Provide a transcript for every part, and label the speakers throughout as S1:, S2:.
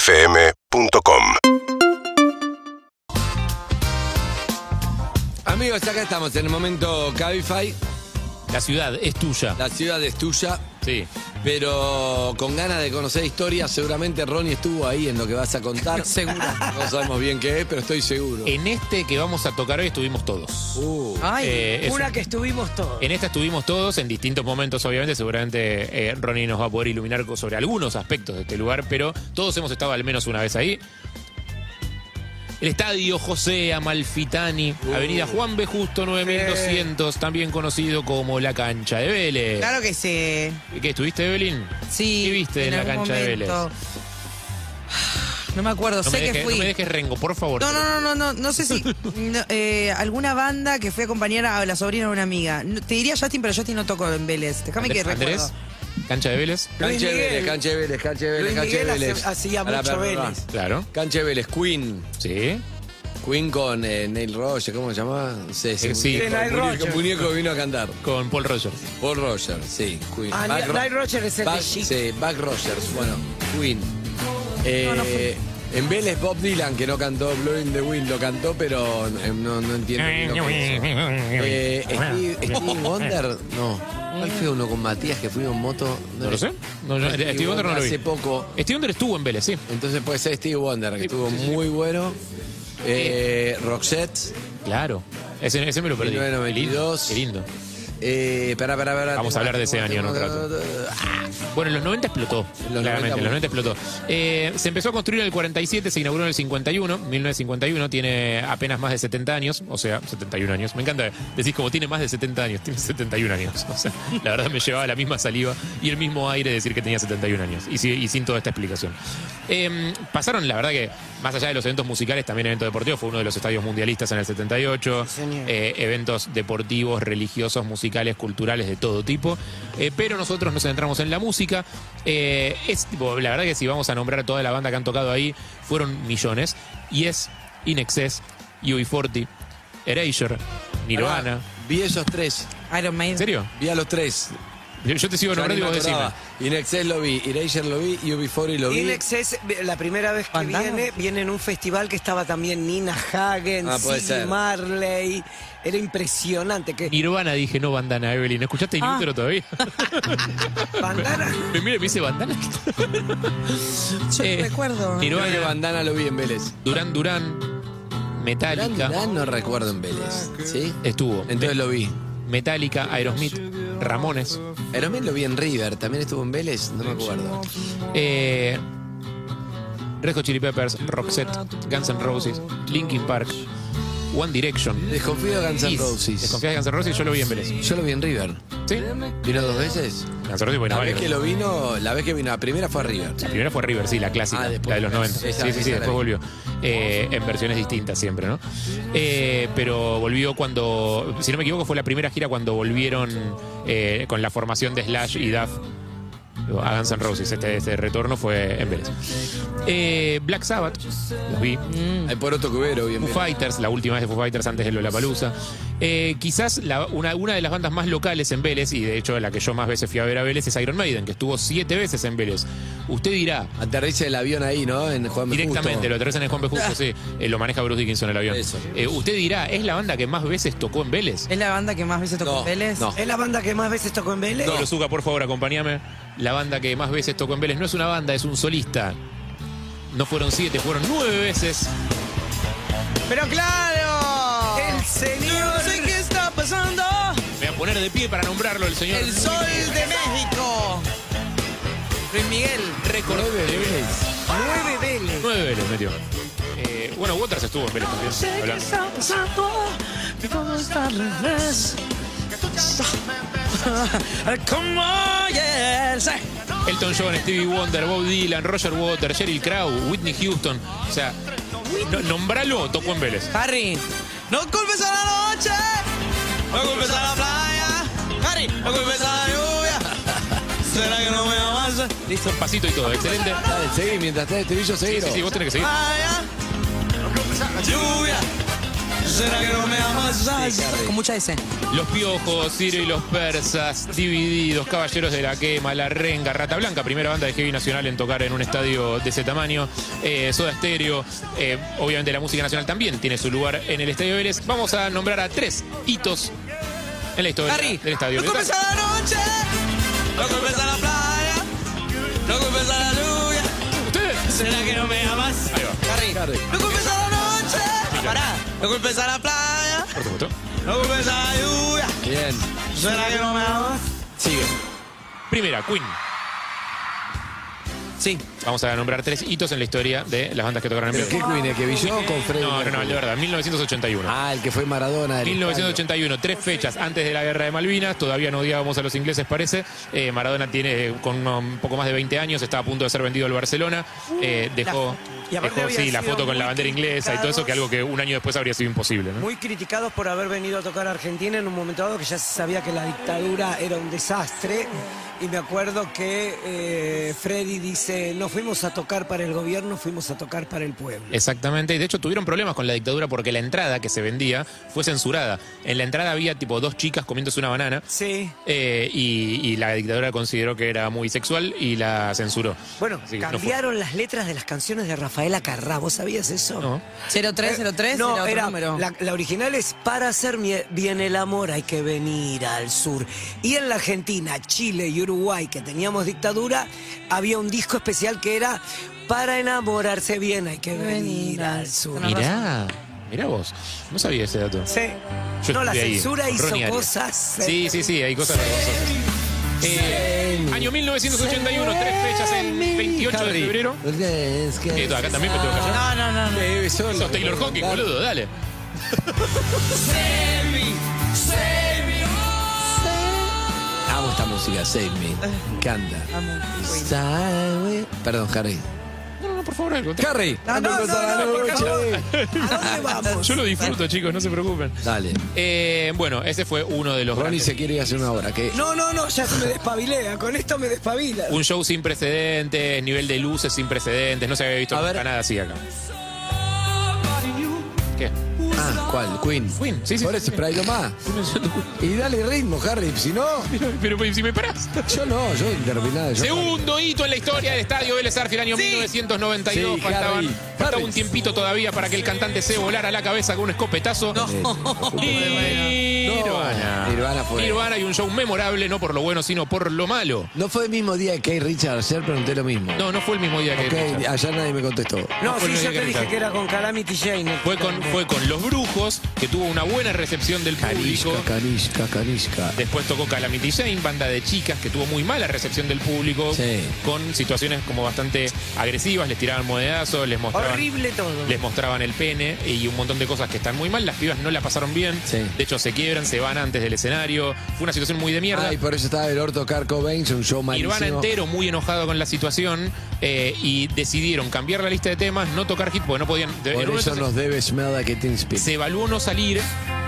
S1: UrbanaPlayFM.com
S2: Amigos, acá estamos en el momento Cabify.
S3: La ciudad es tuya.
S2: La ciudad es tuya,
S3: Sí.
S2: pero con ganas de conocer historias. Seguramente Ronnie estuvo ahí en lo que vas a contar.
S3: Seguro.
S2: No sabemos bien qué es, pero estoy seguro.
S3: En este que vamos a tocar hoy estuvimos todos.
S2: Uh,
S4: Ay,
S3: Eh, es-
S4: una que estuvimos todos.
S3: En esta estuvimos todos en distintos momentos, obviamente. Seguramente eh, Ronnie nos va a poder iluminar co- sobre algunos aspectos de este lugar, pero todos hemos estado al menos una vez ahí. El estadio José Amalfitani,
S5: Uh.
S3: Avenida Juan B. Justo 9200, también conocido como la cancha de Vélez.
S5: Claro que sí.
S3: ¿Y ¿Qué estuviste, Evelyn?
S5: Sí.
S3: ¿Qué viste en la
S5: algún
S3: cancha de Vélez?
S5: No me acuerdo, sé
S3: No me dejes-
S5: que fui.
S3: no me dejes rengo, por favor.
S5: No, no, no, no, no, no sé si no, eh, alguna banda que fue a acompañar a la sobrina de una amiga. No, te diría Justin, pero Justin no tocó en Vélez. Déjame que
S3: Andrés-
S5: recuerdo.
S3: Andrés, cancha de Vélez.
S2: cancha de
S4: Luis
S2: Vélez,
S4: Miguel.
S2: cancha de Vélez, cancha de Vélez,
S4: Luis
S2: cancha de
S4: Miguel hace-
S2: Vélez.
S4: hacía
S2: Pará,
S4: mucho
S2: pará, pará.
S4: Vélez.
S3: Claro.
S2: Cancha de Vélez, Queen.
S3: Sí.
S2: Queen con eh, Neil Rogers, ¿cómo se llamaba? No sé, ese
S3: Eh, sí.
S2: muñeco,
S4: Sí, Nile
S2: el muñeco-
S4: Rogers.
S2: muñeco que vino a cantar.
S3: Con Paul Rogers.
S2: Paul Rogers, sí, Queen.
S4: Ah,
S2: Buck
S4: Nile-
S2: Ro-
S4: Nile Rogers es el de
S2: Buck-
S4: Chic.
S2: Sí, Buck Rogers, bueno, Queen. Eh, en Vélez Bob Dylan, que no cantó Blowing in the Wind, lo cantó, pero eh, no, no entiendo bien lo que hizo. Eh, Steve, Stevie Wonder, no. ¿Cuál fue uno con Matías que fuimos en moto?
S3: No lo sé. No, no,
S2: Stevie
S3: Steve Wonder no lo vi.
S2: Hace poco.
S3: Steve Wonder estuvo en Vélez, sí.
S2: Entonces puede ser Steve Wonder, que estuvo muy bueno. Eh, Roxette.
S3: Claro. Ese, ese me lo perdí.
S2: 1992.
S3: Qué lindo. Qué
S2: Eh, pará, pará, pará.
S3: Vamos a hablar de ese año en un lindo. Bueno, en los 90 explotó.
S2: En los 90
S3: claramente, en los 90 explotó. Eh, se empezó a construir en el 47, se inauguró en el 51. 1951 tiene apenas más de 70 años. O sea, 71 años. Me encanta. Decís como tiene más de 70 años. Tiene 71 años. O sea, la verdad me llevaba la misma saliva y el mismo aire decir que tenía 71 años. Y, si- y sin toda esta explicación. Eh, pasaron, la verdad que, más allá de los eventos musicales, también eventos deportivos. Fue uno de los estadios mundialistas en el 78. Eh, eventos deportivos, religiosos, musicales, culturales, de todo tipo. Eh, pero nosotros nos centramos en la música. Eh, es tipo, la verdad que si vamos a nombrar toda la banda que han tocado ahí, fueron millones. Y es In Excess, UB40, Erasure, Nirvana.
S2: Ah, Vi esos tres.
S5: Iron Maiden.
S3: ¿En serio?
S2: Vi a los tres.
S3: Yo, yo te sigo
S2: Ya ni
S3: nombrando y
S2: me
S3: vos decime.
S2: acordaba. In Excess lo vi, Erasure lo vi, UB40 lo vi.
S4: Ilex es la primera vez que
S5: ¿Bandana?
S4: viene, viene en un festival que estaba también Nina Hagen,
S2: Ah, puede
S4: Ziggy
S2: ser.
S4: Marley. Era impresionante que
S3: Nirvana dije, no bandana, Evelyn. ¿Escuchaste Inútero todavía?
S4: Bandana
S3: me mira y me dice bandana.
S5: Yo
S3: Eh,
S5: no recuerdo.
S2: Creo que
S3: Nirvana,
S2: Bandana lo vi en Vélez.
S3: Durán Durán,
S2: Gran
S3: Metallica.
S2: Durán no recuerdo en Vélez. ¿Sí?
S3: Estuvo.
S2: Entonces lo vi.
S3: Metallica, Aerosmith, Ramones,
S2: Aeromel lo vi en River, también estuvo en Vélez, no recuerdo.
S3: eh, Red Hot Chili Peppers, Roxette, Guns N' Roses, Linkin Park, One Direction.
S2: Desconfío de Guns N'
S3: Kiss.
S2: Roses.
S3: Desconfías de Guns N' Roses, yo lo vi en Vélez. ¿Sí?
S2: Yo lo vi en River.
S3: Guns
S2: ¿Vino dos veces?
S3: N' Roses, bueno,
S2: La vez
S3: varios.
S2: que lo vino, la vez que vino, la primera fue a River.
S3: La primera fue River, sí, la clásica,
S2: Ah, después
S3: la de los
S2: River.
S3: 90.
S2: Esa-
S3: sí, sí,
S2: esa
S3: sí,
S2: la
S3: después
S2: vi.
S3: volvió. Eh, en versiones distintas siempre, ¿no? Eh, pero volvió cuando, si no me equivoco, fue la primera gira cuando volvieron eh, con la formación de Slash y Duff a Guns N' Roses. Este, este retorno fue en Vélez. Eh, Black Sabbath, los vi.
S2: Hay por otro cubero, bien.
S3: Foo Fighters, la última vez de Foo Fighters antes de Lollapalooza. Eh, quizás la- una, una de las bandas más locales en Vélez, y de hecho la que yo más veces fui a ver a Vélez, es Iron Maiden, que estuvo siete veces en Vélez. Usted dirá,
S2: Aterriza el avión ahí, ¿no? En Juan B. Justo.
S3: Directamente, lo aterrizan en Juan B. Justo, sí. Eh, lo maneja Bruce Dickinson el avión.
S2: Eso.
S3: Eh, usted dirá, ¿es la banda que más veces tocó en Vélez?
S6: Eh,
S5: ¿Es la banda que más veces tocó
S2: No,
S5: en Vélez?
S2: no.
S4: es la banda que más veces tocó en Vélez.
S3: Pero Zucca, por favor, acompáñame. La banda que más veces tocó en Vélez no es una banda, es un solista. No fueron siete, fueron nueve veces.
S4: Pero claro, el señor
S5: No sé qué está pasando.
S3: Me voy a poner de pie para nombrarlo el señor.
S5: El sol de México. Luis Miguel.
S3: récord de Vélez.
S4: nueve Vélez.
S3: Nueve Vélez metió. Eh, bueno, Waters estuvo en Vélez también. Hola.
S4: Como ayer.
S3: Elton John, Stevie Wonder, Bob Dylan, Roger Waters, Sheryl Crow, Whitney Houston. O sea, no- nombralo, tocó en Vélez.
S5: Harry.
S4: No culpes a la noche, no culpes a la playa, Harry, no culpes a la lluvia. ¿Será que no me amas?
S3: Listo, pasito y todo. Excelente.
S2: Dale, seguí, este mientras está el estribillo,
S3: Sí,
S2: seguí.
S3: sí, sí, vos tenés que seguir.
S4: Lluvia, ¿Será que no me amas? Ay,
S5: Con mucha S.
S3: Los Piojos, Ciro y los Persas, Divididos, Caballeros de la Quema, La Renga, Rata Blanca, primera banda de heavy nacional en tocar en un estadio de ese tamaño, eh, Soda Stereo, eh, obviamente la música nacional también tiene su lugar en el Estadio Vélez. Vamos a nombrar a tres hitos en la historia
S4: Harry,
S3: del Estadio
S4: loco empieza la noche, loco empieza la playa, loco empieza la lluvia.
S3: ¿Ustedes?
S4: ¿Será que no me amas?
S3: Ahí va,
S4: Harry,
S2: Harry.
S4: loco empieza la noche, pará, loco empieza la playa,
S3: por supuesto.
S4: loco empieza la lluvia.
S2: Bien.
S4: ¿Será que no me amas?
S2: Sigue.
S3: Primera, Queen.
S4: Sí.
S3: Vamos a nombrar tres hitos en la historia de las bandas que tocaron en
S2: ¿Pero qué
S3: Vélez.
S2: Queen? ¿El que brilló o con Freddy?
S3: No, no, no,
S2: Mercury?
S3: de verdad, 1981.
S2: Ah, el que fue Maradona. del
S3: 1981, tres fechas antes de la guerra de Malvinas, todavía no odiábamos a los ingleses, parece. Eh, Maradona tiene eh, con un poco más de 20 años, está a punto de ser vendido al Barcelona. Eh, dejó,
S6: Uh, Y aparte
S3: dejó,
S6: habían
S3: sí, la
S6: sido
S3: foto con la
S6: muy
S3: bandera inglesa y todo eso, que algo que un año después habría sido imposible. ¿no?
S6: Muy criticados por haber venido a tocar a Argentina en un momento dado que ya se sabía que la dictadura era un desastre. Y me acuerdo que eh, Freddy dice, no fuimos a tocar para el gobierno, fuimos a tocar para el
S3: Eh.
S6: pueblo.
S3: Exactamente, y de hecho tuvieron problemas con la dictadura porque la entrada que se vendía fue censurada. En la entrada había tipo dos chicas comiéndose una banana.
S6: Sí.
S3: eh, y, y la dictadura consideró que era muy sexual y la censuró.
S6: Bueno,
S3: Así que no fue.
S6: cambiaron las letras de las canciones de Rafaela Carrá. ¿Vos sabías eso? Eh,
S3: No.
S5: 0303 era
S6: no,
S5: otro
S6: era-
S5: número.
S6: La, la original es para hacer mie- bien el amor hay que venir al sur. Y en la Argentina, Chile y Uruguay, que teníamos dictadura, había un disco especial que era para enamorarse bien hay que venir al sur.
S5: Tenés
S3: Mirá, mirá vos. No sabía ese dato.
S6: Sí.
S3: Yo
S6: no, la
S3: estudié ahí,
S6: censura
S3: con
S6: hizo
S3: Ronnie Arias.
S6: cosas. eh,
S3: Sí, sí, sí, hay cosas vergonzosas. Eh, año 1981, tres fechas el 28 de febrero.
S2: Pues
S3: Eh, acá también me tengo que callar.
S2: No, no, no.
S3: Sos Taylor Hawking, boludo, dale.
S2: Amo Ah, esta música, Save Me. Me
S6: Ah,
S2: encanta. Save- eh, Perdón, Harry.
S3: No, no, por favor, algo.
S2: Harry.
S6: No, no, no, no, por
S2: noche.
S6: ¿A dónde vamos?
S3: Yo lo disfruto, chicos, no se preocupen.
S2: Dale.
S3: Eh, bueno, ese fue uno de los
S2: Ronnie
S3: grandes.
S2: se quiere ir a hacer una obra. ¿Qué?
S6: No, no, no, ya se me despabilea. Con esto me despabila.
S3: Un show sin precedentes, nivel de luces sin precedentes, no se había visto
S2: A
S3: nunca
S2: ver.
S3: nada así acá. ¿Qué?
S2: Ah, ¿cuál? Queen.
S3: Queen, sí, sí,
S2: Por
S3: sí,
S2: eso,
S3: sí.
S2: pero ahí nomás. Y dale ritmo, Harry. Si no,
S3: Pero pues, si me parás.
S2: yo no, yo interminado. Yo
S3: Segundo hito en la historia del Estadio Vélez Arfi, el año 1992.
S2: Sí,
S3: Faltaban-
S2: Harry.
S3: faltaba
S2: Harry.
S3: un tiempito todavía para que el cantante se volara la cabeza con un escopetazo. Y
S2: No,
S3: Nirvana.
S2: Nirvana fue.
S3: Nirvana y un show memorable, no por lo bueno, sino por lo malo.
S2: No fue el mismo día que Kate Richard, ayer pregunté lo mismo.
S3: No, no fue el mismo día que...
S2: Ok, ah. ayer nadie me contestó.
S6: No,
S3: fue
S6: sí,
S3: el único
S6: yo
S3: que
S6: te dije
S3: gritaron.
S6: que era con Calamity Jane.
S3: Fue con, fue con Los Brujos, que tuvo una buena recepción del público.
S2: Canisca, canisca, canisca.
S3: Después tocó Calamity Jane, banda de chicas que tuvo muy mala recepción del público,
S2: Sí.
S3: con situaciones como bastante agresivas, les tiraban monedazos, les mostraban
S6: Horrible todo.
S3: les mostraban el pene y un montón de cosas que están muy mal. Las pibas no la pasaron bien.
S2: Sí.
S3: De hecho, se quiebran, se van antes del escenario. Fue una situación muy de mierda.
S2: Ay, por eso estaba el orto Carco Baines, un show malísimo.
S3: Nirvana entero muy enojado con la situación eh, y decidieron cambiar la lista de temas, no tocar hit porque no podían. de- en un
S2: Por
S3: momento
S2: eso
S3: eh, se-
S2: nos debe Smell Like Teen Spirit.
S3: se evaluó no salir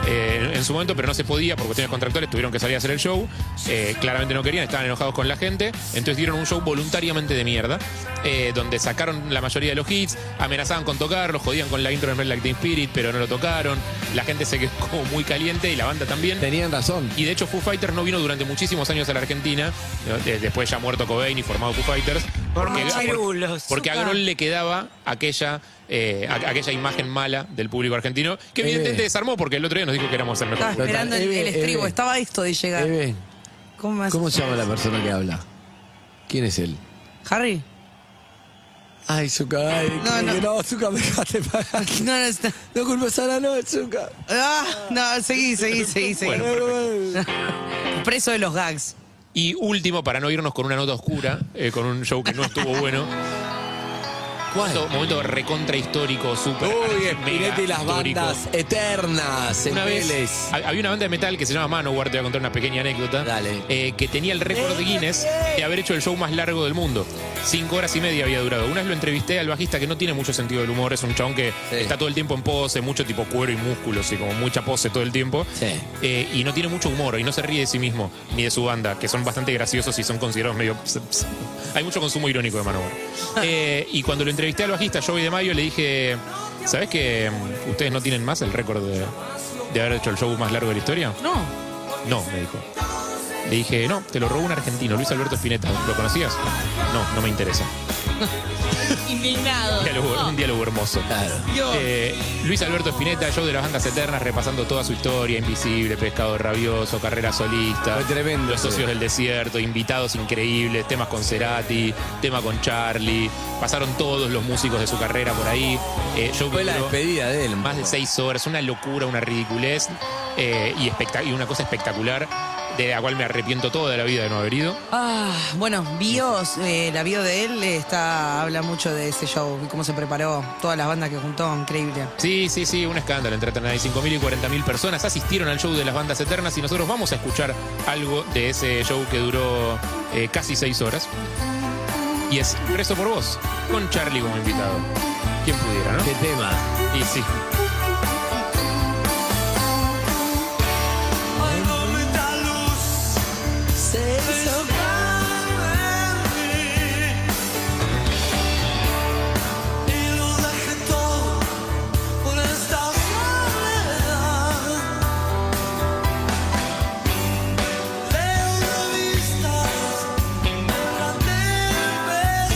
S3: eh, en su momento, pero no se podía por cuestiones contractuales, tuvieron que salir a hacer el show. Eh, claramente no querían, estaban enojados con la gente. Entonces dieron un show voluntariamente de mierda, eh, donde sacaron la mayoría de los hits, amenazaban con tocarlo, jodían con la intro de Smell Like Teen Spirit, pero no lo tocaron. La gente se quedó como muy caliente y la banda también.
S2: Tenían razón.
S3: Y de hecho Foo Fighters no vino durante muchísimos años a la Argentina, eh, después ya muerto Cobain y formado Foo Fighters, porque,
S6: machirulos.
S3: porque a Grohl le quedaba aquella, eh, a- aquella imagen mala del público argentino, que
S2: Eh.
S3: evidentemente desarmó porque el otro día nos dijo que éramos el mejor.
S5: Estaba esperando el,
S2: Eve,
S5: el estribo.
S2: Eve.
S5: Estaba esto de llegar.
S2: Eve,
S5: ¿Cómo me hace-
S2: Eh, ¿cómo se llama la persona que habla? ¿Quién es él?
S5: Harry.
S2: Ay, Zuka, ay,
S5: No,
S2: que-
S5: no.
S2: no, Zuka, me dejaste pagar.
S5: No, no está.
S2: No culpes a la noche, Zuka.
S5: Ah, no, seguí, seguí, seguí, seguí.
S3: Bueno,
S5: Preso de los gags.
S3: Y último, para no irnos con una nota oscura, eh, con un show que no estuvo bueno. Momento, momento recontra histórico, súper.
S2: Uy,
S3: mega
S2: Spinetta y las
S3: histórico.
S2: bandas eternas en
S3: Una
S2: Vélez.
S3: vez, ha- había una banda de metal que se llama Manowar, te voy a contar una pequeña anécdota.
S2: Dale.
S3: eh, que tenía el récord de Guinness de haber hecho el show más largo del mundo. Cinco horas y media había durado. Una vez lo entrevisté al bajista que no tiene mucho sentido del humor, es un chabón que
S2: Sí.
S3: está todo el tiempo en pose, mucho tipo cuero y músculos y como mucha pose todo el tiempo.
S2: Sí.
S3: Eh, y no tiene mucho humor y no se ríe de sí mismo ni de su banda, que son bastante graciosos y son considerados medio... Hay mucho consumo irónico de Manowar. Eh, y cuando lo entrevisté al bajista Joey de Mayo y le dije, ¿sabés que mm, ustedes no tienen más el récord de, de haber hecho el show más largo de la historia?
S5: No.
S3: No, me dijo. Le dije, no, te lo robó un argentino, Luis Alberto Spinetta. ¿Lo conocías? No, no me interesa.
S7: Indignado.
S3: Un diálogo, un
S7: No.
S3: diálogo hermoso.
S2: Claro.
S7: Dios.
S3: Eh, Luis Alberto Spinetta, show de las bandas eternas, repasando toda su historia, Invisible, Pescado Rabioso, Carrera Solista.
S2: Fue tremendo
S3: Los
S2: ese.
S3: Socios del Desierto, invitados increíbles, temas con Cerati, tema con Charlie. Pasaron todos los músicos de su carrera por ahí. Eh, show que
S2: Fue la
S3: duró
S2: despedida de él.
S3: más de seis horas, una locura, una ridiculez eh, y, espectac- y una cosa espectacular de la cual me arrepiento toda la vida de no haber ido.
S5: Ah, bueno, bios, eh, la bio de él eh, está, habla mucho de ese show y cómo se preparó, todas las bandas que juntó, increíble.
S3: Sí, sí, sí, un escándalo. Entre 35.000 y 40.000 personas asistieron al show de las bandas eternas y nosotros vamos a escuchar algo de ese show que duró eh, casi seis horas. Y es Preso por Vos, con Charlie como invitado. Quien pudiera, ¿no?
S2: ¿Qué tema?
S3: Y sí.
S4: Y lo dejé todo por esta soledad. Leo revistas para tempestad.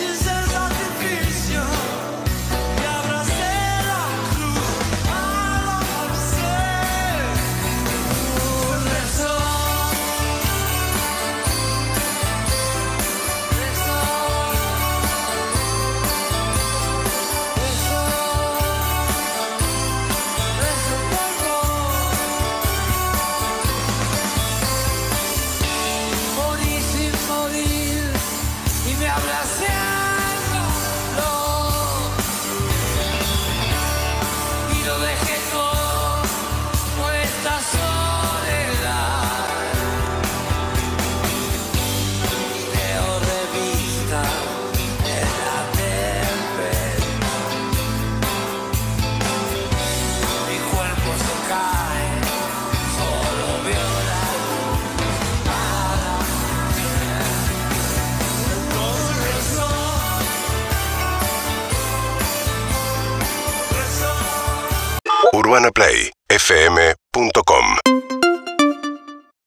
S4: Hice el sacrificio y abracé la cruz al amanecer. Por eso Morir sin morir y me abracé y lo dejé todo por esta soledad. Leo revista en la tempestad. Mi cuerpo se cae, solo veo la luz. Con razón, razón.
S1: UrbanaPlayFM.com